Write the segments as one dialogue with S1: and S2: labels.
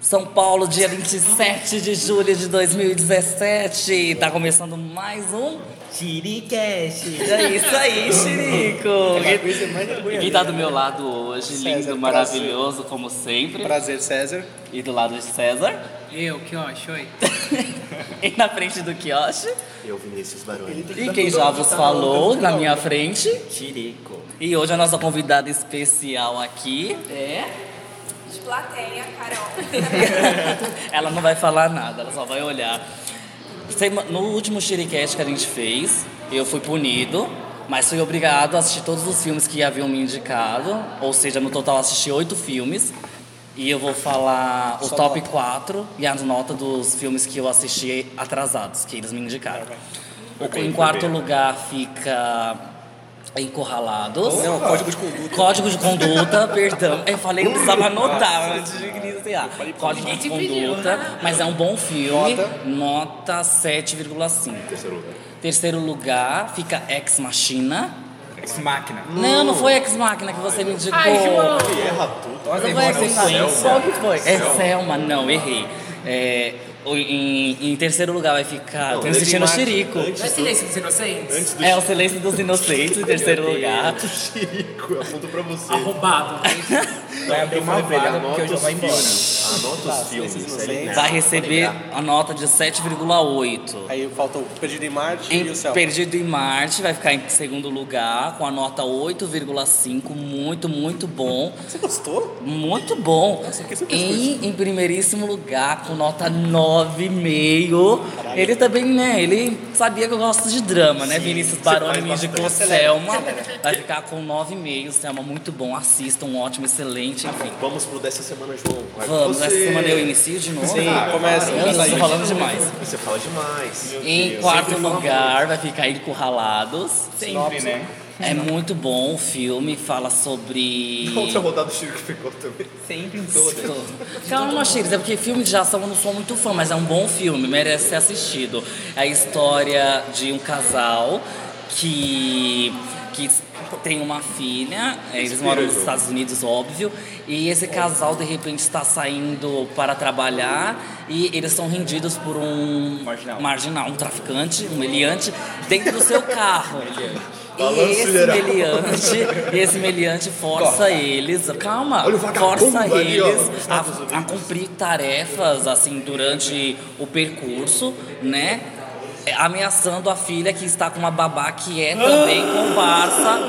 S1: São Paulo, dia 27 de julho de 2017. Está Tá começando mais um Chiricast. É isso aí, Chirico.
S2: é
S1: Quem tá do meu lado hoje,
S2: César,
S1: lindo,
S2: prazer.
S1: maravilhoso, como sempre.
S2: Prazer, César.
S1: E do lado de César.
S3: Eu, que ó, oi.
S1: E na frente do Tá quiosque.
S4: Eu, Vinícius Baroni.
S1: E quem já vos falou na minha frente.
S4: Tirico.
S1: E hoje a nossa convidada especial aqui é.
S5: De plateia, Carol.
S1: Ela não vai falar nada, ela só vai olhar. Sema- No último Shiricast que a gente fez, eu fui punido, mas fui obrigado a assistir todos os filmes que haviam me indicado. Ou seja, no total assisti oito filmes. E eu vou falar o
S2: Só
S1: top
S2: nota.
S1: 4 e as notas dos filmes que eu assisti atrasados, que eles me indicaram. O- em quarto lugar fica Encurralados.
S2: Não, código de conduta.
S1: Código de conduta, perdão. Eu falei que precisava anotar antes de iniciar. Código de conduta,
S3: né?
S1: mas é um bom filme. Nota 7,5.
S4: Terceiro lugar.
S1: Terceiro lugar fica Ex Machina.
S2: Ex máquina.
S1: Não, não foi Ex Machina que você me indicou.
S4: Uh! Ele erra tudo.
S1: Não foi Ex Machina. Qual que foi? É Selma, não, errei. É, o- em, em terceiro lugar vai ficar. Tô insistindo no
S4: Ex Machina.
S1: Chirico.
S3: Não é silêncio dos inocentes?
S1: É o Silêncio dos Inocentes em terceiro lugar.
S4: Tirico, eu aponto um pra você.
S3: Roubado.
S2: Vai abrir uma vaga porque eu já vou embora.
S4: Anota
S1: Tá,
S4: os filmes. Ele
S1: Vai receber a nota de 7,8.
S2: Aí falta o Perdido em Marte
S1: Em
S2: e o Céu.
S1: Perdido em Marte vai ficar em segundo lugar com a nota 8,5, muito, muito bom,
S2: Você gostou?
S1: muito bom.
S2: que isso que
S1: Em, em primeiríssimo lugar com nota 9,5. Ele também, né, ele sabia que eu gosto de drama, né? Vinícius Baroni
S4: faz
S1: me indicou
S4: bastante.
S1: Selma, vai ficar com 9,5, Selma muito bom, assistam, um ótimo, excelente, enfim.
S4: Vamos pro dessa semana, João. Vai com
S1: Vamos,
S4: você.
S1: essa semana eu inicio de novo. Ah,
S2: Sim, começa. assim,
S1: Eu estou falando demais.
S4: Você fala demais.
S1: Em quarto lugar vai ficar Encurralados.
S2: Sempre, né?
S1: É muito bom o filme, fala sobre.
S4: Outra rodada do Tirico ficou também.
S2: Sempre em
S1: Calma, Chiris, é porque filme de ação eu não sou muito fã, mas é um bom filme, merece ser assistido. É a história de um casal que. que tem uma filha, é, eles moram nos Estados Unidos, óbvio, e esse casal de repente está saindo para trabalhar e eles são rendidos por um
S2: Marginal.
S1: marginal, um traficante, um meliante, dentro do seu carro. E
S4: Balanço
S1: esse
S4: geral.
S1: meliante, esse meliante força eles, calma,
S4: Olha o vagabundo
S1: força
S4: ali, ó,
S1: eles
S4: nos Estados
S1: a
S4: Unidos.
S1: a cumprir tarefas assim durante o percurso, né? É, Ameaçando a filha que está com uma babá que é também
S4: Ah!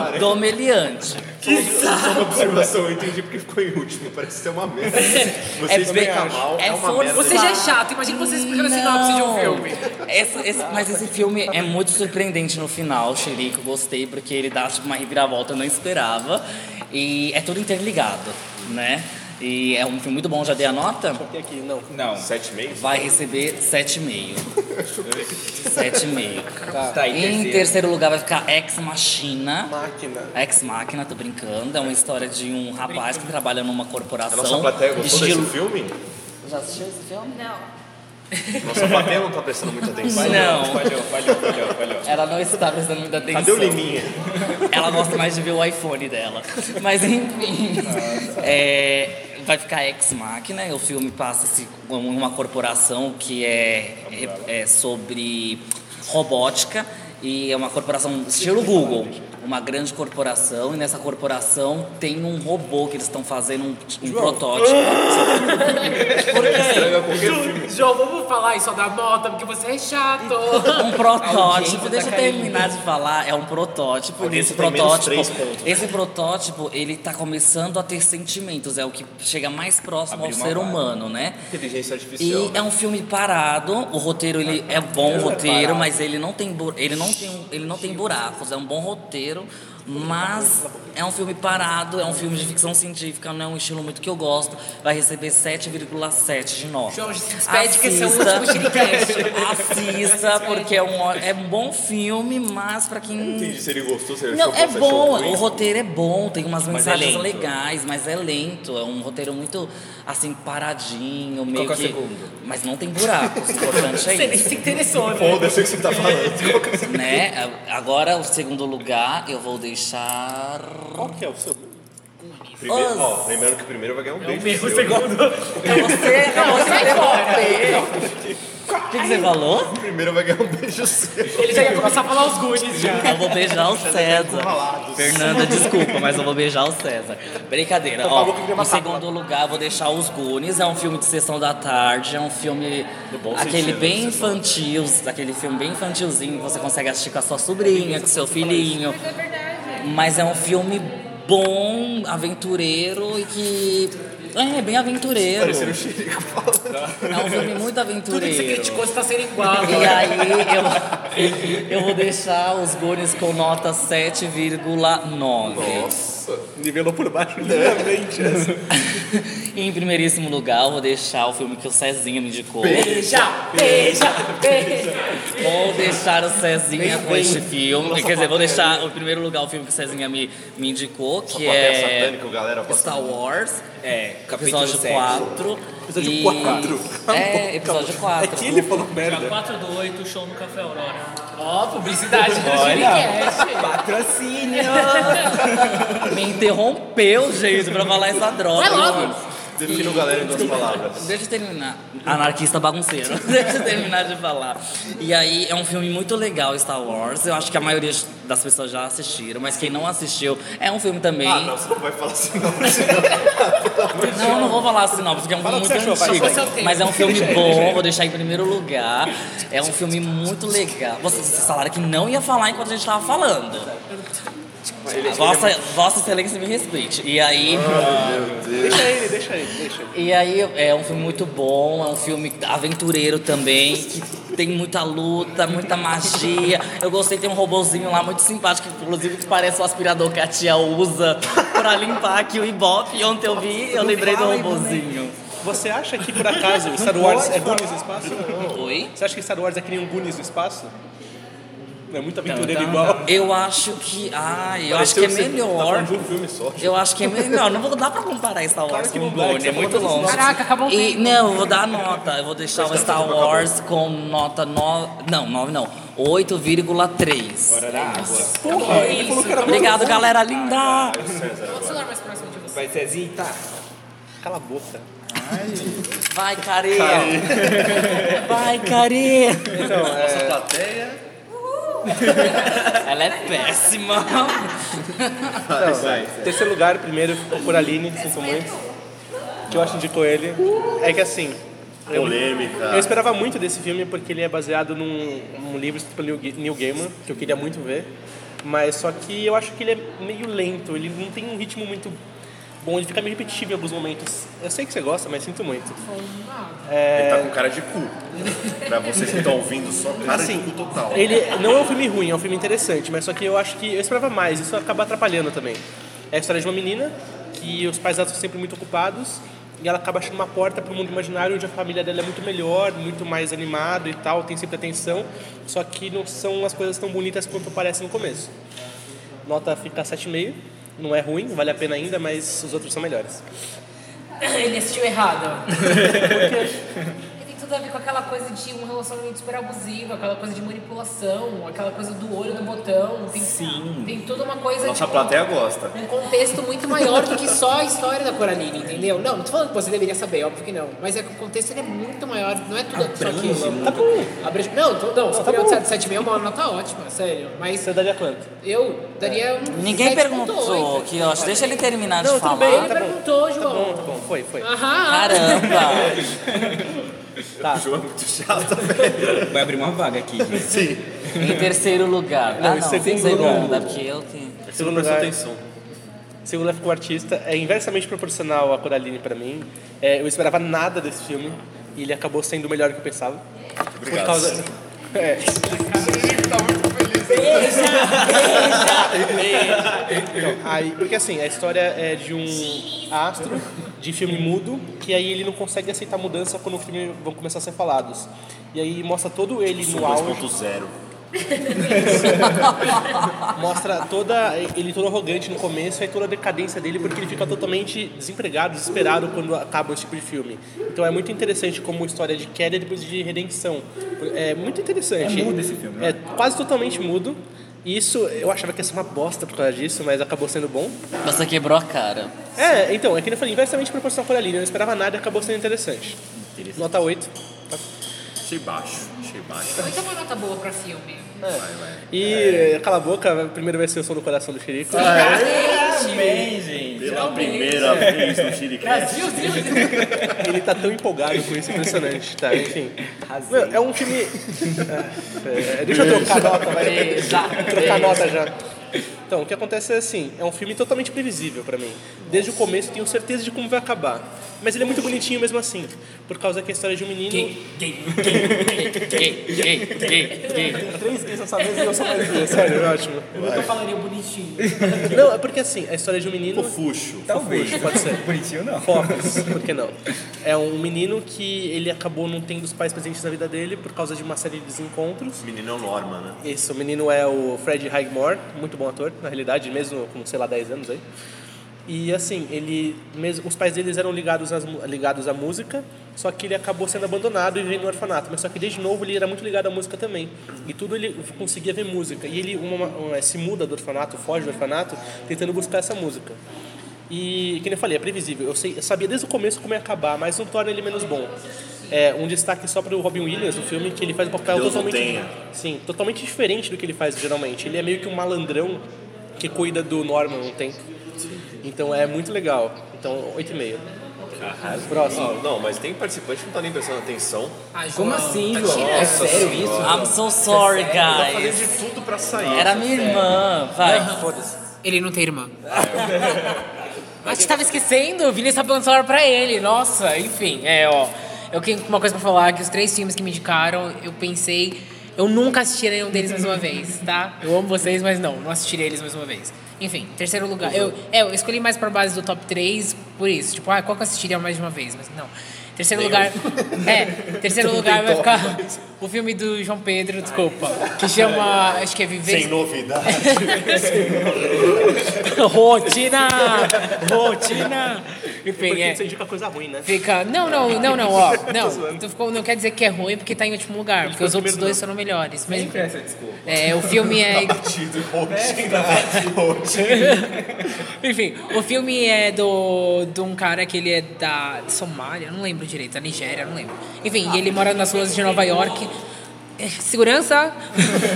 S1: comparsa do meliante.
S4: Só uma observação, eu entendi porque ficou em último. Parece ser uma merda. Você
S1: É
S4: explica
S1: bem-
S4: mal,
S1: é
S4: é uma
S1: força-
S4: merda.
S3: Você já é chato, imagina você explicando a sinopse de um filme.
S1: Esse- esse- mas esse filme é muito surpreendente no final, Xerico. Gostei, porque ele dá tipo, uma reviravolta, eu não esperava. E é tudo interligado, né? E é um filme muito bom, já dei a nota?
S2: E aqui, não.
S6: Não.
S4: Sete e meio?
S1: Vai receber 7,5. 7,5.
S6: Tá,
S1: Em terceiro. lugar vai ficar Ex Machina.
S2: Máquina.
S1: Ex Machina, tô brincando. É uma história de um rapaz que trabalha numa
S4: A
S1: corporação.
S4: nossa plateia gostou
S1: estilo...
S4: desse filme?
S1: Já assistiu esse filme?
S5: Não.
S4: Nossa plateia não tá prestando muita atenção.
S1: Não,
S6: Falhou, falhou, falhou, falhou.
S1: ela não está prestando muita atenção.
S4: Cadê o Liminha?
S1: Ela gosta mais de ver o iPhone dela. Mas enfim. é, vai ficar Ex Machina. O filme passa-se com uma corporação que é, é sobre robótica. E é uma corporação estilo Google. Uma grande corporação. E nessa corporação tem um robô que eles estão fazendo um, um protótipo.
S3: João, vamos falar isso da nota, porque você é chato.
S1: um protótipo. Deixa eu terminar de falar. É um protótipo.
S4: Alguém
S1: Esse
S4: tem menos
S1: protótipo,
S4: três pontos.
S1: esse protótipo, ele tá começando a ter sentimentos. É o que chega mais próximo
S6: Abriu
S1: ao
S6: uma
S1: ser
S6: vaga.
S1: humano, né?
S4: Inteligência artificial.
S1: E é um filme parado. O roteiro ele é bom roteiro, mas ele não tem bu- ele não tem um- ele não tem buracos. É um bom roteiro, mas é um filme parado. É um filme de ficção científica. Não é um estilo muito que eu gosto. Vai receber 7,7 de nota.
S3: João, se despede que esse é o último
S1: Assista.
S3: Shiricast.
S1: Assista, porque é um, ó- é um bom filme, mas pra quem.
S4: Entendi se ele gostou, se ele
S1: Não,
S4: achou
S1: é
S4: que você achou
S1: bom,
S4: ruim.
S1: o roteiro é bom, tem umas
S6: Mas é
S1: mensagens
S6: lento.
S1: legais, mas é lento. É um roteiro muito, assim, paradinho, meio
S6: que é o
S1: que.
S6: segundo?
S1: Mas não tem buracos, o importante é
S3: Você
S1: isso.
S3: nem se interessou, né?
S4: Foda-se o que você tá falando.
S1: Né? Agora, o segundo lugar, eu vou deixar.
S2: Qual que é o seu?
S4: Primeiro,
S1: Os-
S4: ó, lembrando que o primeiro vai ganhar um
S3: É o
S4: beijo.
S3: meu
S4: seu.
S3: segundo.
S1: É você, é você que
S2: né?
S1: derrotei. O que, que você falou?
S4: O primeiro vai ganhar um beijo seu.
S3: Ele já ia começar a falar os goodies já.
S1: Eu vou beijar o César. Fernanda, desculpa, mas eu vou beijar o César. Brincadeira. Ó, em segundo lugar, vou deixar Os Goonies. É um filme de sessão da tarde. É um filme aquele
S3: né,
S1: bem infantil, aquele filme bem infantilzinho que você consegue assistir com a
S3: É
S1: sua sobrinha, com seu filhinho.
S5: Mas é verdade.
S1: Mas é um filme bom, aventureiro e que é bem aventureiro. É um filme muito
S3: Tudo que você
S1: aventureiro.
S3: criticou
S6: tá
S3: está sendo igual.
S1: E aí eu, eu vou deixar os Goonies com nota 7,9.
S2: Nivelou por baixo né? é. lindamente. essa.
S1: E em primeiríssimo lugar, eu vou deixar o filme que o Cezinha me indicou.
S3: Beija, beija, beija.
S1: Vou deixar o Cezinha com este filme. Quer dizer, vou deixar em primeiro lugar o filme que o Cezinha me, me indicou, que
S4: plateia
S1: é
S4: satânica, galera, passa-
S1: Star Wars.
S2: É, capítulo
S1: Episódio
S2: 7.
S1: 4.
S2: Episódio
S1: e...
S2: 4.
S1: É, episódio 4.
S2: É que ele falou merda.
S6: 4 Tá do 8, show no Café Aurora.
S3: Ó, publicidade do Cinecast.
S2: Patrocínio!
S1: Me interrompeu, gente, pra falar essa droga.
S3: Vai logo.
S1: mano.
S4: Defina o galera em duas palavras.
S1: Deixa eu terminar. Anarquista bagunceiro. Deixa eu terminar de falar. E aí, é um filme muito legal, Star Wars. Eu acho que a maioria das pessoas já assistiram, mas quem não assistiu, é um filme também.
S4: Ah, não, você não vai falar assim, não.
S1: Não, eu não vou falar assim não, porque é um
S2: Fala o
S1: filme
S2: que
S1: muito
S2: você achou, vai,
S3: vai.
S1: antigo. Mas é um filme bom, vou deixar em primeiro lugar. É um filme muito legal. Vocês vocês falaram que não ia falar enquanto a gente tava falando. Vossa, Vossa Excelência me respeite. E aí.
S2: Deixa ele, deixa ele, deixa ele.
S1: E aí é um filme muito bom, é um filme aventureiro também, que tem muita luta, muita magia. Eu gostei, tem um robozinho lá muito simpático, que, inclusive que parece o aspirador que a tia usa pra limpar aqui o Ibope. Ontem eu vi, eu lembrei do robozinho.
S2: Você acha que por acaso Star Wars é Goonies no espaço?
S1: Oi?
S2: Você acha que Star Wars é que nem um Goonies no espaço? Não é muito aventureiro
S1: Então,
S2: igual.
S1: Eu acho que. Ai, eu acho que é melhor.
S4: De um filme só.
S1: Eu acho que é melhor. Não vou dar pra comparar Star Wars
S2: que
S1: com o
S2: não dá,
S1: Bonnie,
S2: que
S1: é
S2: você
S1: muito
S2: falou assim,
S1: longe.
S3: Caraca, acabou o
S1: E, não, eu vou dar nota. Eu vou deixar o Star Wars com nota 9. Não, 9 não. 8,3.
S2: Porra, ele falou que era muito
S1: Obrigado, galera linda!
S6: Qual celular mais próximo de você?
S2: Vai, Cezinho, tá. Cala a boca.
S1: Vai, carinha! Vai, carinha!
S2: Então, é...
S1: Ela é péssima!
S4: Vai, vai.
S2: Terceiro lugar, primeiro ficou por Aline, sinto muito. Que eu acho indicou ele. É que assim, eu
S4: Polêmica.
S2: esperava muito desse filme porque ele é baseado num, num livro escrito pelo Neil Ga- Neil Gaiman, que eu queria muito ver. Mas só que eu acho que ele é meio lento, ele não tem um ritmo muito bom, ele fica meio repetitivo em alguns momentos. Eu sei que você gosta, mas sinto muito.
S4: Ele tá com cara de cu. Pra vocês que estão ouvindo, só cara
S2: Assim,
S4: de cu total.
S2: Ele não é um filme ruim, é um filme interessante, mas só que eu acho que eu esperava mais, isso acaba atrapalhando também. É a história de uma menina que os pais dela são sempre muito ocupados e ela acaba achando uma porta para o mundo imaginário onde a família dela é muito melhor, muito mais animada e tal, tem sempre atenção, só que não são as coisas tão bonitas quanto parece no começo. Nota fica 7,5, não é ruim, vale a pena ainda, mas os outros são melhores.
S6: Ele assistiu errado.
S5: E tem tudo a ver com aquela coisa de um relacionamento super abusivo, aquela coisa de manipulação, aquela coisa do olho no botão. Tem, Sim. Tem toda uma coisa,
S4: Nossa
S5: tipo,
S4: plateia gosta.
S6: Um contexto muito maior do que só a história da Coraline, entendeu? Não, não tô falando que você deveria saber, óbvio que não. Mas é que o contexto ele é muito maior, não é tudo só aquilo.
S2: Tá bom,
S6: Abrange- Não, tô, não, só
S2: tá
S6: tá
S2: bom. Tá
S6: 7,5 é uma nota ótima, sério. Mas
S2: você daria quanto?
S6: eu daria um.
S2: é
S1: Ninguém
S6: 7,8.
S1: perguntou que eu acho. Deixa ele terminar de
S2: Não, tudo bem.
S1: falar.
S6: Ele
S2: Tá bom,
S6: perguntou,
S2: Tá
S6: João.
S2: bom, tá bom, foi, foi.
S6: Aham.
S1: Caramba!
S2: Tá.
S4: O João é muito chato, velho.
S7: Vai abrir uma vaga aqui, gente.
S4: Sim.
S1: Em terceiro lugar.
S2: Não,
S1: Ah,
S2: em
S1: não,
S2: segundo
S1: segunda,
S2: lugar.
S1: porque eu tenho.
S2: Segundo lugar, Segundo ficou artista, é inversamente proporcional a Coraline pra mim. É, eu esperava nada desse filme e ele acabou sendo melhor do que eu pensava. Por
S4: Obrigado.
S2: causa. É, aí, porque assim, a história é de um astro de filme mudo que aí ele não consegue aceitar mudança quando o filme vão começar a ser falados. E aí mostra todo ele no auge.
S4: 2.0.
S2: mostra toda ele todo arrogante no começo e toda a decadência dele porque ele fica totalmente desempregado, desesperado quando acaba esse tipo de filme. Então é muito interessante como história de queda e depois de redenção. É muito interessante. É mudo esse filme. É quase totalmente mudo. E isso, eu achava que ia ser uma bosta por causa disso, mas acabou sendo bom.
S1: Você quebrou a cara.
S2: É, então, é que eu falei, inversamente proporcional com a Lina, eu não esperava nada e acabou sendo interessante. Nota 8.
S4: Achei baixo, achei baixo.
S5: Oito é uma nota boa pra filme.
S2: E eh, cala a boca, primeiro vai ser o som do coração do Chirico.
S1: Amém, gente.
S4: Pela primeira vez no Chiricast.
S5: Meu Deus,
S2: Ele tá tão empolgado com isso, impressionante. Tá, enfim. Meu, é um filme. Ah, é, deixa eu trocar a nota, vai. Trocar a nota já. Então, o que acontece é assim, é um filme totalmente previsível pra mim. Desde o começo eu tenho certeza de como vai acabar. Mas ele é muito bonitinho mesmo assim, por causa que a história de um menino...
S1: Gay, gay, gay, gay, gay, gay, gay.
S2: Três gays dessa vez e eu sou mais gay, sério, é ótimo.
S6: Eu falaria bonitinho.
S2: Não, é porque assim, a história de um menino...
S4: Fofuxo.
S7: Talvez.
S2: pode ser.
S7: Bonitinho não.
S2: Focus, por que não? É um menino que ele acabou não tendo os pais presentes na vida dele por causa de uma série de desencontros.
S4: Menino é o Norma, né?
S2: Esse o menino é o Fred Highmore, muito bom ator, na realidade, mesmo com, sei lá, 10 anos aí. E assim, ele mesmo os pais deles eram ligados às mu- ligados à música, só que ele acabou sendo abandonado e veio no orfanato, mas só que desde novo ele era muito ligado à música também. E tudo ele conseguia ver música. E ele uma- uma- se muda do orfanato, foge do orfanato, tentando buscar essa música. E, que nem eu falei, é previsível. Eu, sei- eu sabia desde o começo como ia acabar, mas não torna ele menos bom. É, um destaque só pro Robin Williams, no filme, que ele faz um papel
S4: Deus o
S2: totalmente...
S4: tenha.
S2: Sim, totalmente diferente do que ele faz geralmente. Ele é meio que um malandrão que cuida do Norman um tempo. Então é muito legal. Então, 8,5. Próximo.
S4: Não, mas tem participante que não tá nem prestando atenção.
S6: Como assim, João? É
S4: Nossa
S6: sério isso?
S1: I'm so sorry,
S4: Tá fazendo
S1: guys.
S4: de tudo pra sair.
S1: Era minha irmã. Vai, é. foda-se.
S6: Ele não tem irmã.
S5: A gente tava esquecendo, o Vini está falando hora pra ele. Nossa, enfim, é, ó. Eu tenho uma coisa pra falar, que os três filmes que me indicaram, eu pensei... Eu nunca assistiria nenhum deles mais uma vez, tá? Eu amo vocês, mas não, não assistiria eles mais uma vez. Enfim, terceiro lugar. Eu, é, eu escolhi mais pra base do top 3 por isso. Tipo, ah, qual que eu assistiria mais de uma vez? Mas não. Terceiro lugar. É, terceiro lugar vai ficar o filme do João Pedro, desculpa. Que chama. Acho que é Viver.
S4: Sem novidade.
S5: Rotina! Rotina! Enfim,
S2: Porque
S5: é.
S2: você indica coisa ruim, né?
S5: Fica. Não, não, não, não, ó. Não, tu ficou, não quer dizer que é ruim porque tá em último lugar, porque os outros dois foram melhores. Mas,
S7: Sempre essa desculpa.
S5: é, o filme é.
S4: Tido rotina.
S5: Enfim, o filme é do. de um cara que ele é da Somália, não lembro direito, da Nigéria, não lembro. Enfim, e ele mora nas ruas de Nova York. Eh, Segurança!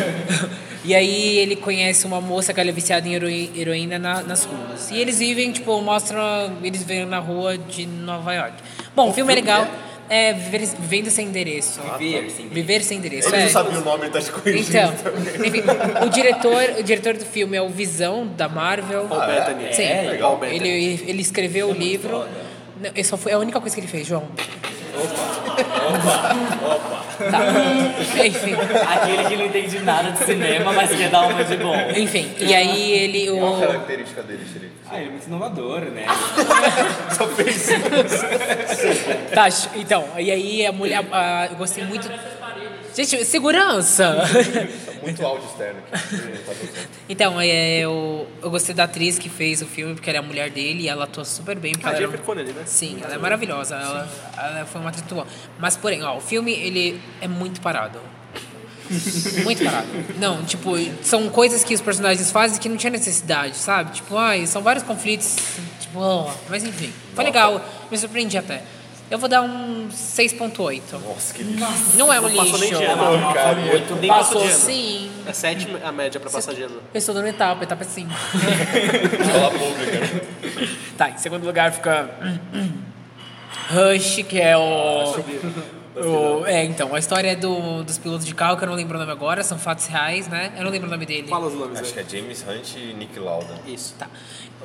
S5: e aí ele conhece uma moça que ela é viciada em heroi- heroína na- nas ruas. E eles vivem, tipo, mostra. Eles vivem na rua de Nova York. Bom, o filme é legal. É Viver- Vivendo Sem Endereço.
S7: Viver, sim.
S5: Viver Sem Endereço.
S4: Ele
S5: é.
S4: não sabia o nome das coisas.
S5: Então, enfim, o diretor, o diretor do filme é o Visão da Marvel. Paul
S2: Bettany.
S5: Sim.
S7: É,
S4: legal.
S5: ele, ele escreveu o livro. Não, eu só fui, é a única coisa que ele fez, João. Opa, opa, Tá. Enfim,
S1: Aquele que não entende nada de cinema, mas quer dar uma de bom.
S5: enfim. E aí ele o
S4: Qual a característica dele, Chile?
S7: Ah, ele é muito inovador, né?
S4: Só fez
S5: Tá, ch- então, e aí a mulher, a- eu gostei muito. Gente, segurança.
S4: É muito áudio externo aqui. Ele não tá prestando.
S5: Então, é, eu, eu gostei da atriz que fez o filme, porque ela é a mulher dele e ela atua super bem. Porque
S2: A
S5: ela era
S2: Jennifer Connelly, né?
S5: Sim, ela é maravilhosa. Ela, ela foi uma atriz muito boa. Mas, porém, ó, o filme, ele é muito parado. Muito parado. Não, tipo, são coisas que os personagens fazem que não tinha necessidade, sabe? Tipo, ai, são vários conflitos. Tipo, ó, mas enfim. Foi legal. Me surpreendi até. Eu vou dar um 6.8. Nossa, que lixo. Não é um
S2: Passou nem de
S5: lixo.
S4: Tá
S2: ano. Nem passou
S5: Passou
S2: de ano.
S5: sim.
S2: É sete a média pra passar né? de ano.
S5: Eu estou dando etapa, etapa 5.
S4: Escola pública.
S5: Tá, em segundo lugar fica. Rush, que é o. o- é, então, a história é do, dos pilotos de carro, que eu não lembro o nome agora, são fatos reais, né? Eu não lembro o nome dele.
S2: Fala os nomes
S4: Acho
S2: aí.
S4: que é James Hunt e Nick Lauda.
S2: Isso.
S5: Tá.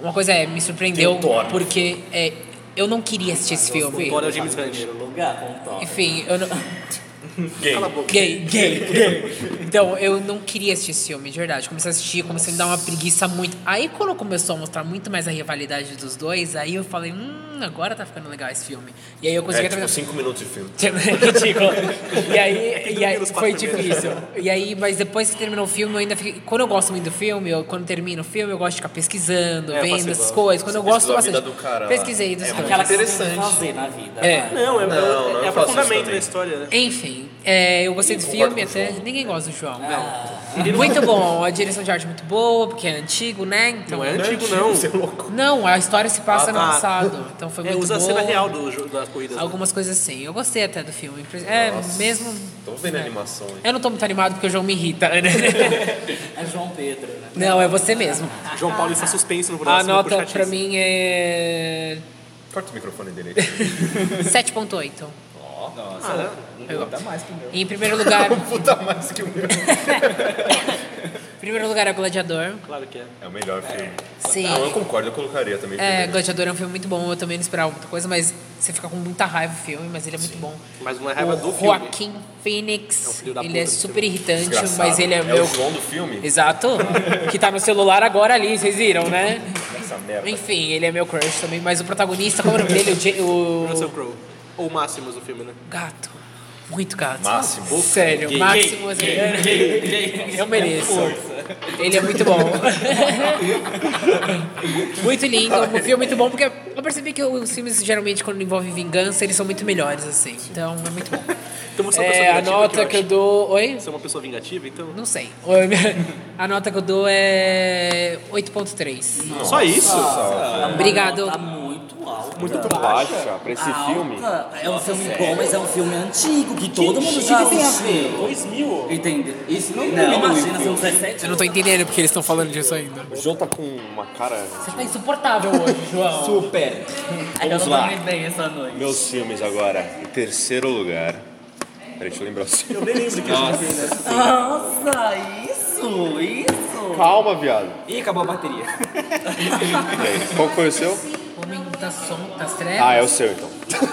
S5: Uma coisa é, me surpreendeu,
S4: Tem o Thor. Ah,
S5: porque é, eu não queria assistir esse filme.
S2: Agora é o James Hunt.
S1: Lugar, ponto.
S5: Enfim, eu não.
S4: Gay.
S5: Gay, gay, gay. Então, eu não queria assistir esse filme, de verdade. Comecei a assistir, comecei a me dar uma preguiça muito. Aí, quando começou a mostrar muito mais a rivalidade dos dois, aí eu falei, hum, agora tá ficando legal esse filme. E aí eu consegui
S4: É
S5: terminar.
S4: tipo 5 minutos de filme.
S5: Ridículo. E aí, e aí foi difícil. E aí, mas depois que terminou o filme, eu ainda fiquei. Quando eu gosto muito do filme, eu, quando termino o filme, eu gosto de ficar pesquisando,
S2: É, eu faço
S5: vendo essas
S2: igual.
S5: coisas. Quando eu
S4: Você
S5: gosto
S4: pesquisou a
S5: bastante.
S4: vida do cara lá.
S5: pesquisei das coisas.
S1: Aquela que você tem
S4: Interessante.
S1: que fazer na vida.
S5: É.
S1: vai.
S2: Não, é,
S4: Não,
S2: é,
S4: não,
S2: é
S4: eu faço isso
S2: aprofundamento
S4: também.
S2: da história, né?
S5: Enfim, é, eu gostei do filme
S4: concordo com o
S5: até.
S4: João.
S5: Ninguém gosta do João, não. Muito bom, a direção de arte muito boa, porque é antigo, né? Então,
S2: Não é antigo, não.
S5: Não, a história se passa
S2: Ah,
S5: no
S2: tá.
S5: passado. Então foi
S2: É,
S5: muito
S2: usa a
S5: bom.
S2: cena real do, jo- das corridas. né?
S5: Algumas coisas assim. Eu gostei até do filme. É, mesmo.
S4: Estamos vendo a
S5: É.
S4: animação aí.
S5: Eu não tô muito animado porque o João me irrita.
S1: É João Pedro, né?
S5: Não, é você mesmo.
S2: João Paulo está suspenso no próximo.
S5: A nota
S2: puxadinho.
S5: Ah, tá, pra mim é.
S4: Corta o microfone dele aí.
S5: 7,8.
S7: Dá mais que o meu.
S5: Ah, Em primeiro lugar,
S4: Puta mais que um o meu.
S5: em primeiro lugar é Gladiador.
S2: Claro que é.
S4: É o melhor filme.
S5: Sim.
S4: Não, eu concordo, eu colocaria
S5: É,
S4: também. primeiro.
S5: Gladiador é um filme muito bom, eu também não esperava muita coisa, mas você fica com muita raiva do filme, mas ele é muito bom.
S2: Mas não é raiva
S5: o
S2: do filme.
S5: Joaquim Phoenix,
S2: É um filho da
S5: ele
S2: puta
S5: é
S2: do
S5: super irritante,
S4: Desgraçado.
S5: mas ele é,
S4: é
S5: meu.
S4: o João do filme?
S5: Exato. que tá no celular agora ali, vocês viram, né?
S4: Essa merda.
S5: Enfim, ele é meu crush também, mas o protagonista, como é o nome dele? O, Ja- o-
S2: Russell Crowe. Ou Máximos do filme, né?
S5: Gato. Muito gato.
S4: Máximo.
S5: Sério, Máximo. assim, Eu um mereço. Ele é muito bom. muito lindo. O filme é muito bom porque eu percebi que os filmes, geralmente, quando envolvem vingança, eles são muito melhores, assim. Então, é muito bom.
S2: Então você é uma pessoa
S5: É, a
S2: vingativa,
S5: nota que eu dou. Oi?
S2: Você é uma pessoa vingativa, então...
S5: Não sei. A nota que eu dou é 8,3.
S2: Só isso?
S5: Obrigado.
S1: Tá muito alto.
S4: Muito baixa pra esse filme.
S1: É um filme bom, mas é um filme antigo, que todo mundo já assistiu. 2000. Entendeu? Isso não, não imagina, são 17
S5: Eu não tô entendendo porque eles estão falando disso ainda.
S4: O João tá com uma cara.
S5: Você tá insuportável hoje, João.
S7: Super.
S1: É que eu não
S4: lá.
S1: dormi bem essa noite.
S4: Meus filmes agora. Em terceiro lugar. Peraí, deixa eu lembrar o seu.
S2: Eu nem lembro que eu já vi, né?
S1: Nossa, isso, isso.
S4: Calma, viado.
S7: Ih, acabou a
S4: E
S7: bateria.
S4: aí, qual que foi o seu?
S5: Homem das tá som, das trevas.
S4: Ah, é o seu então.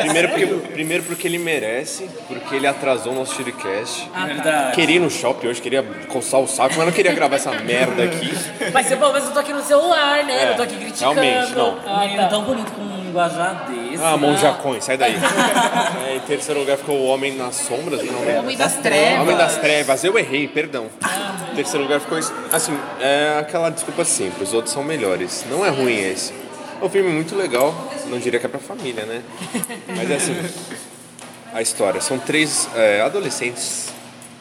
S4: primeiro, porque, primeiro porque ele merece, porque ele atrasou o nosso Chiricast.
S1: Ah. Verdade.
S4: Queria ir no shopping hoje, queria coçar o saco, mas não queria gravar essa merda aqui.
S5: Mas eu, bom, mas eu tô aqui no celular, né?
S4: É,
S5: eu tô aqui criticando.
S4: realmente, não.
S1: Um
S5: Ah,
S1: menino
S5: tá.
S1: tão bonito com um linguajar desse. né?
S4: Ah, mão de jacões, sai daí. É, em terceiro lugar ficou o Homem nas Sombras, não é?
S5: Homem das trevas.
S4: Homem das Trevas, eu errei, perdão. Em terceiro lugar ficou esse. Assim, é aquela desculpa simples, os outros são melhores. Não é ruim esse. É um filme muito legal, não diria que é pra família, né? Mas é assim, a história. São três é, adolescentes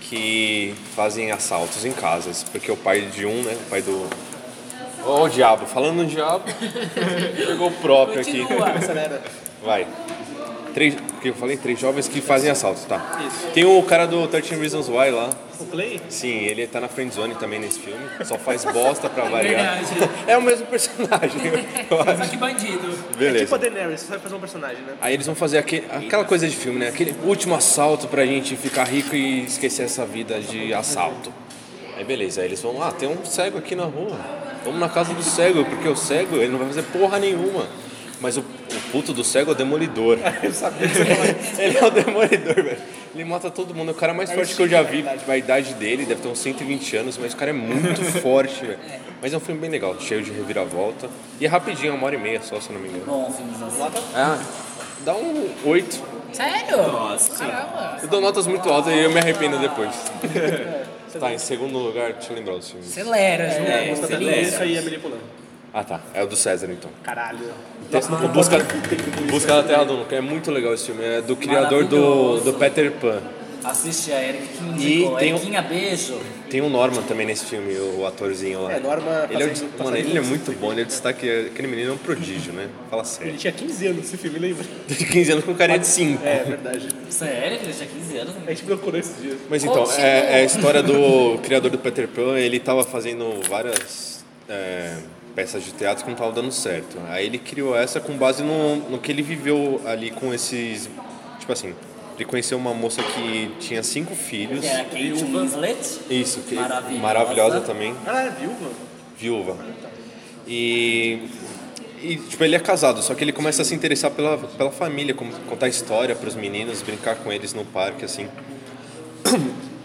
S4: que fazem assaltos em casas, porque o pai de um, né? O pai do. Ó, o diabo, falando no diabo, pegou o próprio aqui. Vai. Três, porque eu falei três jovens que fazem assaltos, tá? Tem o cara do 13 Reasons Why lá.
S2: O Clay?
S4: Sim, ele tá na friendzone também nesse filme. Só faz bosta pra variar. É o mesmo personagem, eu acho.
S5: Que bandido.
S2: É tipo a
S4: Beleza.
S2: Daenerys, você sabe fazer um personagem, né?
S4: Aí eles vão fazer aque- aquela coisa de filme, né? Aquele último assalto pra gente ficar rico e esquecer essa vida de assalto. Aí beleza, aí eles vão, ah, tem um cego aqui na rua. Vamos na casa do cego, porque o cego ele não vai fazer porra nenhuma. Mas o, o puto do cego é o demolidor. Eu sabia que você Ele é o demolidor, velho. Ele mata todo mundo. É o cara mais forte que eu já vi. A idade dele deve ter uns 120 anos, mas o cara é muito forte, velho. Mas é um filme bem legal, cheio de reviravolta. E é rapidinho, é uma hora e meia só, se eu não me engano.
S1: Bom, filmes assim.
S4: Ah, dá um 8.
S5: Sério?
S4: Eu dou notas muito altas e eu me arrependo depois. tá, em segundo lugar, deixa eu lembrar dos filmes.
S5: Acelera, João.
S2: Isso aí é manipulando.
S4: Ah tá, é o do César então.
S2: Caralho.
S4: O Busca, Busca da Terra do Nunca, é muito legal esse filme, é do criador do, do Peter Pan.
S1: Assiste a Eric que indicou.
S4: E tem um-
S1: Eriquinha, beijo.
S4: Tem o Norman também nesse filme, o atorzinho lá.
S2: É, Norman
S4: ele é, o-
S2: fazendo-
S4: Mano, ele é
S2: fazendo-
S4: muito bom, ele é o destaque, aquele menino é um prodígio, né? Fala sério.
S2: Ele tinha 15 anos esse filme, lembra?
S4: De 15 anos com carinha de 5.
S2: É, verdade.
S1: Isso é Eric, ele tinha 15 anos.
S2: A gente procurou esses dias.
S4: Mas então, é, é a história do criador do Peter Pan, ele tava fazendo várias é, peças de teatro que não estavam dando certo. Aí ele criou essa com base no, no que ele viveu ali com esses. Tipo assim, ele conheceu uma moça que tinha cinco filhos.
S1: Que era Kate Winslet.
S4: Isso, que
S1: Maravilhosa.
S4: maravilhosa também
S2: Ah, é viúva?
S4: viúva. E, e, tipo, ele é casado, só que ele começa a se interessar pela, pela família, como contar história para os meninos, brincar com eles no parque, assim.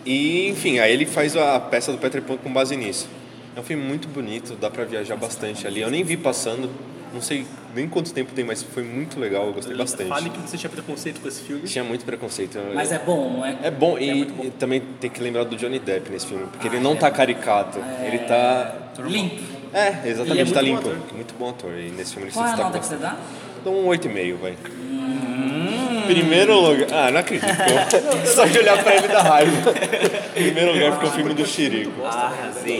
S4: E, enfim, aí ele faz a peça do Peter Pan com base nisso. É um filme muito bonito, dá pra viajar bastante ali. Eu nem vi passando, não sei nem quanto tempo tem, mas foi muito legal, eu gostei
S2: Fale
S4: bastante.
S2: que você tinha preconceito com esse filme.
S4: Tinha muito preconceito. eu-
S1: Mas é bom, não é?
S4: é bom, e, e também tem que lembrar do Johnny Depp nesse filme, porque ele não tá caricato, ele tá
S1: Limpo.
S4: é,
S2: Ele é
S4: exatamente,
S2: muito
S4: tá
S2: bom
S4: limpo.
S2: ator.
S4: muito bom ator. E nesse filme ele se Então, um
S1: Qual é a
S4: destaca
S1: nota que você
S4: bastante.
S1: dá?
S4: Dá um 8,5, vai. Primeiro lugar. Ah, não acredito. Só de olhar pra ele dá raiva. Primeiro lugar ficou o filme do Chirico.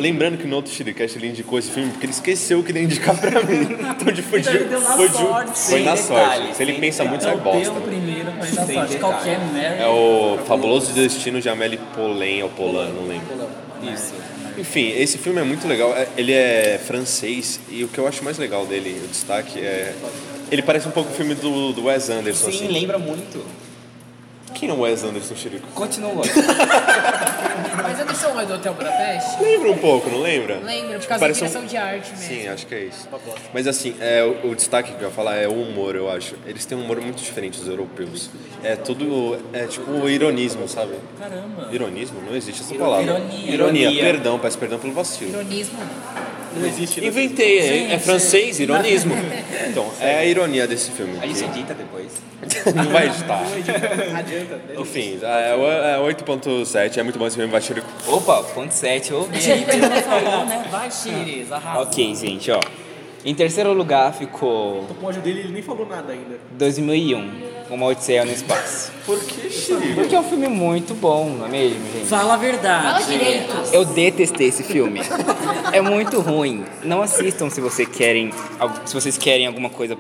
S4: Lembrando que no outro Chiricast ele indicou esse filme porque ele esqueceu que ele ia indicar pra mim. Então, tipo, de,
S8: deu na
S4: foi, de-
S8: sorte,
S4: foi
S8: sem
S4: na
S8: detalhe,
S4: sorte. Se ele
S8: sem
S4: pensa muito, sai
S8: Eu
S4: bosta.
S8: o primeiro, mas dá
S7: Sem
S8: sorte.
S7: detalhe.
S8: Qualquer Mary.
S4: É o Fabuloso Destino de Amélie Poulain ou Polan, não lembro.
S7: Isso.
S4: Enfim, esse filme é muito legal. É- Ele é francês e o que eu acho mais legal dele, o destaque, é. Ele parece um pouco o filme do, do Wes Anderson,
S7: Sim,
S4: assim.
S2: um
S7: lembra muito.
S4: Quem é o Wes Anderson, Chirico?
S8: Continua.
S4: tá-
S5: Mas Anderson é do Hotel Budapeste?
S4: Lembra um pouco, não lembra?
S5: Lembro, por
S4: Tipo,
S5: causa
S4: parece
S5: da
S4: um-
S5: direção de arte mesmo.
S4: Sim, acho que é isso. Mas assim, é, o, o destaque que eu ia falar é o humor, eu acho. Eles têm um humor muito diferente dos europeus. É tudo. É tipo ironismo, sabe?
S8: Caramba.
S4: Ironismo? Não existe essa palavra.
S8: ironia.
S4: Ironia. Perdão, peço perdão pelo vacilo.
S5: Ironismo.
S2: Não existe.
S4: Inventei, é, é francês, ironismo. Então, é a ironia desse filme.
S7: A
S4: que
S7: gente edita depois.
S4: Não vai editar.
S7: Adianta.
S4: Enfim, é, o- é 8.7, é muito bom esse filme, vai tirar
S7: Opa, ponto 7, eu ouvi.
S1: né?
S8: Vai, Chiris, arrasa.
S7: ok, gente, ó. Em terceiro lugar ficou
S2: O pódio dele ele nem falou nada ainda.
S7: 2001, Uma Odisseia no Espaço.
S4: Por que, Chirico?
S7: Porque é um filme muito bom, não é mesmo, gente?
S8: Fala a verdade.
S7: Eu detestei esse filme. É muito ruim. Não assistam se vocês querem, algo- se vocês querem alguma coisa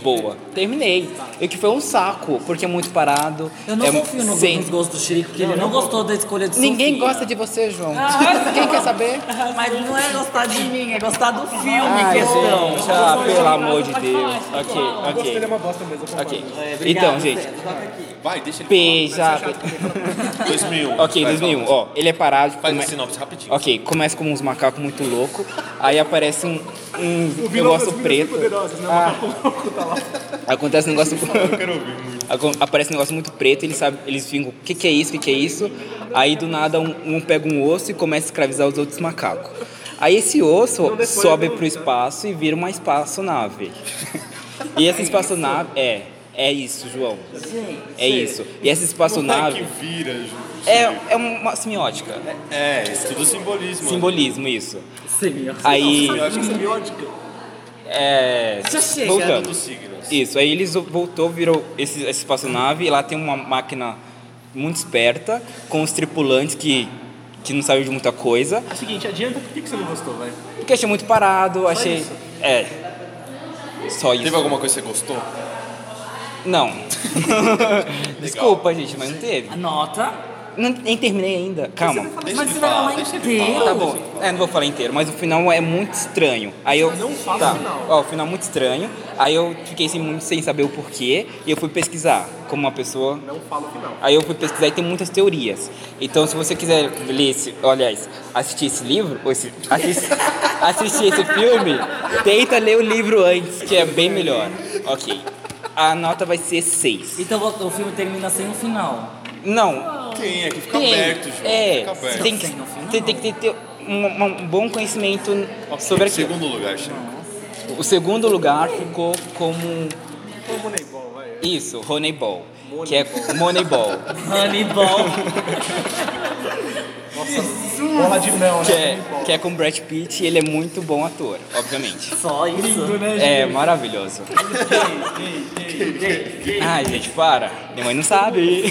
S7: boa. Terminei. E que foi um saco, porque é muito parado.
S8: Eu não
S7: é
S8: confio no,
S7: sem-
S8: nos gostos do Chirico, porque ele não gostou da escolha de
S5: Ninguém
S8: Sofia.
S5: gosta de você, João.
S1: Ah.
S5: Quem quer saber?
S8: Mas não é gostar de mim, é gostar do filme em
S7: Ai,
S8: questão.
S7: gente, ah, pelo amor de Deus. Ok, ok.
S2: Ele é uma bosta mesmo. eu
S7: Ok.
S2: concordo.
S7: Então, gente,
S4: Vai, deixa ele
S7: beija.
S4: 2001.
S7: Ok,
S4: Vai,
S7: 2001. Ó, ele é parado.
S4: Faz
S7: come-
S4: a sinopse rapidinho.
S7: Ok, começa como uns macacos muito louco, aí aparece um, um
S2: vilão
S7: negócio
S2: das Meninas
S7: preto.
S2: Poderosas, né? O
S7: Acontece um negócio. Acon- Aparece um negócio muito preto, eles sabem, eles ficam, o que, que é isso, o que, que é isso? Aí do nada um, um pega um osso e começa a escravizar os outros macacos. Aí esse osso sobe pro espaço e vira uma espaçonave. E essa espaçonave. É, é isso, João. É isso. E essa espaçonave.
S4: Como é que vira, Ju?
S7: É, é uma semiótica.
S4: É, isso tudo simbolismo. né?
S7: Simbolismo, isso. Semiótica. Aí. É.
S8: Já chega.
S7: Voltando.
S4: Dos signos.
S7: Isso, aí eles voltou, virou esse, essa espaçonave e lá tem uma máquina muito esperta, com os tripulantes que, que não sabiam de muita coisa.
S2: É o seguinte, adianta por que que você não gostou, vai?
S7: Porque achei muito parado, achei. É. Só isso.
S4: Teve alguma coisa que você gostou?
S7: Não. Desculpa, gente, mas não teve.
S8: Anota.
S7: Não, nem terminei ainda. Calma.
S8: Mas você vai falar inteiro.
S7: Tá bom. É, não vou falar inteiro, mas o final é muito estranho. Aí eu não fala tá. o final. Ó, o final é muito estranho. Aí eu fiquei sem, muito sem saber o porquê e eu fui pesquisar como uma pessoa. Não fala o final. Aí eu fui pesquisar e tem muitas teorias. Então, se você quiser ler esse, aliás, assistir esse livro, ou esse, assist- assistir esse filme, tenta ler o livro antes, que é bem melhor. OK. A nota vai ser 6.
S8: Então o filme termina sem um final.
S7: Não,
S4: Tem, é que fica
S7: tem.
S4: aberto, Ju.
S7: É,
S4: Fica aberto.
S7: você tem que,
S8: Sem o final.
S7: você tem que ter, ter um, um bom conhecimento sobre aquilo.
S4: Segundo lugar, Chico.
S7: O segundo lugar ficou como... Isso, Honeyball. Que é Moneyball.
S8: Moneyball.
S2: Porra de
S4: né?
S2: mel,
S7: que, é, que é com Brad Pitt e ele é muito bom ator, obviamente.
S8: Só isso.
S4: né,
S7: É maravilhoso. Ai, gente, para. Minha mãe não sabe.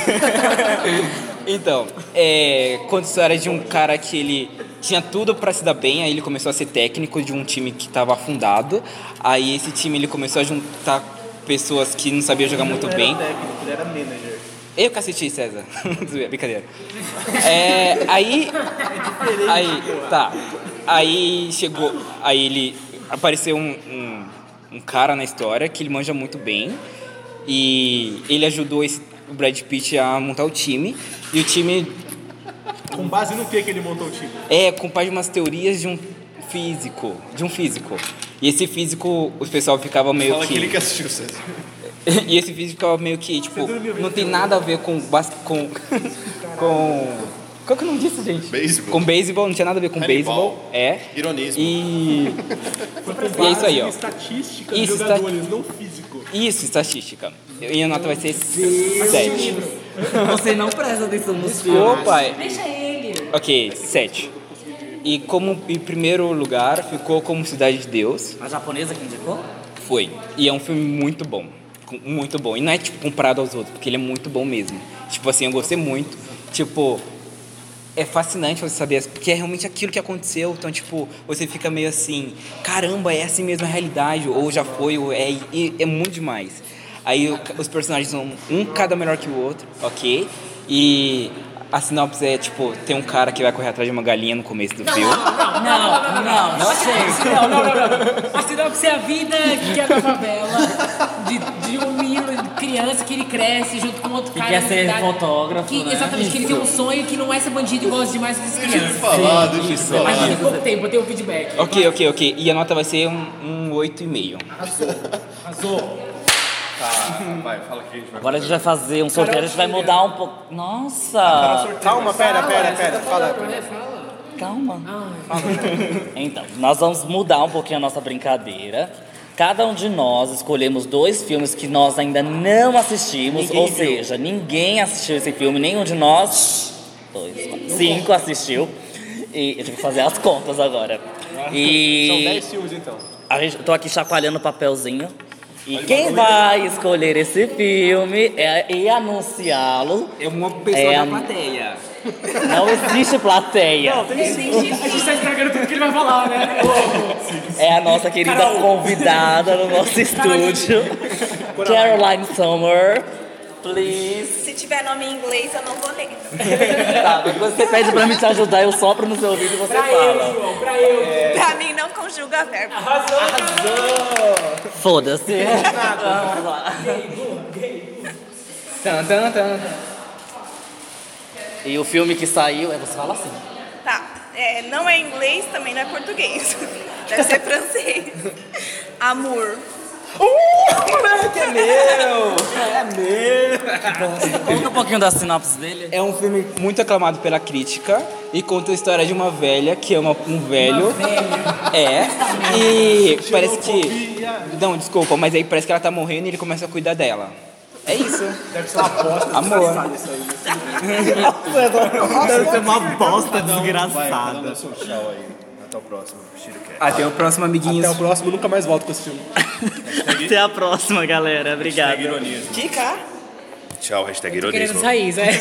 S7: então, é, conta a história de um cara que ele tinha tudo pra se dar bem, aí ele começou a ser técnico de um time que tava afundado. Aí esse time ele começou a juntar pessoas que não sabiam jogar muito bem.
S2: técnico, ele era manager.
S7: Eu que assisti, César. Zoeira, Brincadeira. É, aí. Aí. Tá. Aí chegou. Aí ele. Apareceu um, um, um cara na história que ele manja muito bem. E ele ajudou esse, o Brad Pitt a montar o time. E o time
S2: Com base no que que ele montou o time?
S7: é, com parte de umas teorias de um físico. De um físico. E esse físico, o pessoal ficava meio
S4: Fala
S7: que.
S4: aquele que assistiu, César.
S7: E esse vídeo ficava meio que, tipo, não
S2: né?
S7: tem nada a ver com. bas- com. com. Qual que é eu não disse, gente?
S4: Beisebol.
S7: Com beisebol, não tinha nada a ver com
S4: Handebol.
S7: beisebol. É.
S4: Ironismo.
S7: E. e é isso aí, ó.
S2: Estatística
S7: Isso,
S2: de jogadores, não físico.
S7: Isso, estatística. E a nota vai ser 7.
S8: Você não presta atenção nos filmes.
S7: Opa! Deixa ele. Ok, 7. E como em primeiro lugar ficou como Cidade de Deus.
S8: A japonesa que indicou?
S7: Foi. E é um filme muito bom. com- muito bom. E não é, tipo, comparado aos outros, porque ele é muito bom mesmo. Tipo assim, eu gostei muito. Tipo, é fascinante você saber, as- porque é realmente aquilo que aconteceu. Então, tipo, você fica meio assim, caramba, é assim mesmo a realidade, ou já foi, ou é, e- é muito demais. Aí o ca- os personagens são um cada melhor que o outro, ok? E a sinopse é, tipo, tem um cara que vai correr atrás de uma galinha no começo do filme.
S1: Não, não, não, chega.
S8: Não, não, não, não. A sinopse é a vida que é da favela.
S5: De, de um menino, de criança, que ele cresce junto com outro
S8: Que
S5: cara.
S8: quer
S5: na
S8: ser
S5: cidade.
S8: fotógrafo,
S5: Que-
S8: né?
S5: Exatamente, que ele tem um sonho que não é ser bandido e gosta demais das crianças.
S4: falar, deixa eu falar.
S5: Mas tem pouco tempo, eu tenho um feedback.
S7: Ok, ok, ok. E a nota vai ser um, um 8,5.
S4: Vai, fala que a gente vai.
S1: Agora a gente vai fazer um sorteio, a gente vai mudar um pouco. Nossa!
S2: um Calma, pera, pera, pera. né? Fala. Ah.
S1: Calma. Então, nós vamos mudar um pouquinho a nossa brincadeira. Cada um de nós escolhemos dois filmes que nós ainda não assistimos, ou seja, ninguém assistiu esse filme, nenhum de nós. Dois, quatro, cinco assistiu. E eu tive que fazer as contas agora. E
S2: São 10 filmes então.
S1: a gente, tô aqui chacoalhando o papelzinho. E quem vai escolher esse filme é- e anunciá-lo
S7: É uma pessoa
S1: É,
S7: da
S1: um-
S7: plateia.
S1: não existe plateia.
S3: A gente tá estragando tudo que ele vai falar, né?
S1: É a nossa querida convidada no nosso estúdio, Caroline Summer. Please.
S9: Se tiver nome em inglês, eu não vou ler.
S1: Tá, você pede pra mim te ajudar, eu sopro no seu ouvido e você fala.
S9: Pra mim, não conjuga verbo.
S1: Foda-se.
S7: é
S5: Tan, tan, tan.
S1: E o filme que saiu, é você fala assim.
S9: Tá. É, não é inglês, também não é português. Deve ser francês. Amor.
S1: Conta um pouquinho da sinopse dele.
S7: É um filme muito aclamado pela crítica e conta a história de uma velha que ama um velho. É. E parece que. Não, desculpa, mas aí parece que ela tá morrendo e ele começa a cuidar dela. É isso. Deve ser uma bosta. Amor.
S8: Deve ser uma bosta desgraçada.
S4: Seu tchau aí. Até o próximo. Shiricast.
S7: Até Ah, o próximo, amiguinhos.
S2: Até o próximo, nunca mais volto com esse filme.
S1: Até a próxima, galera. Obrigado.
S4: Tchau, hashtag
S5: Querendo
S4: ironismo.
S5: sair, né?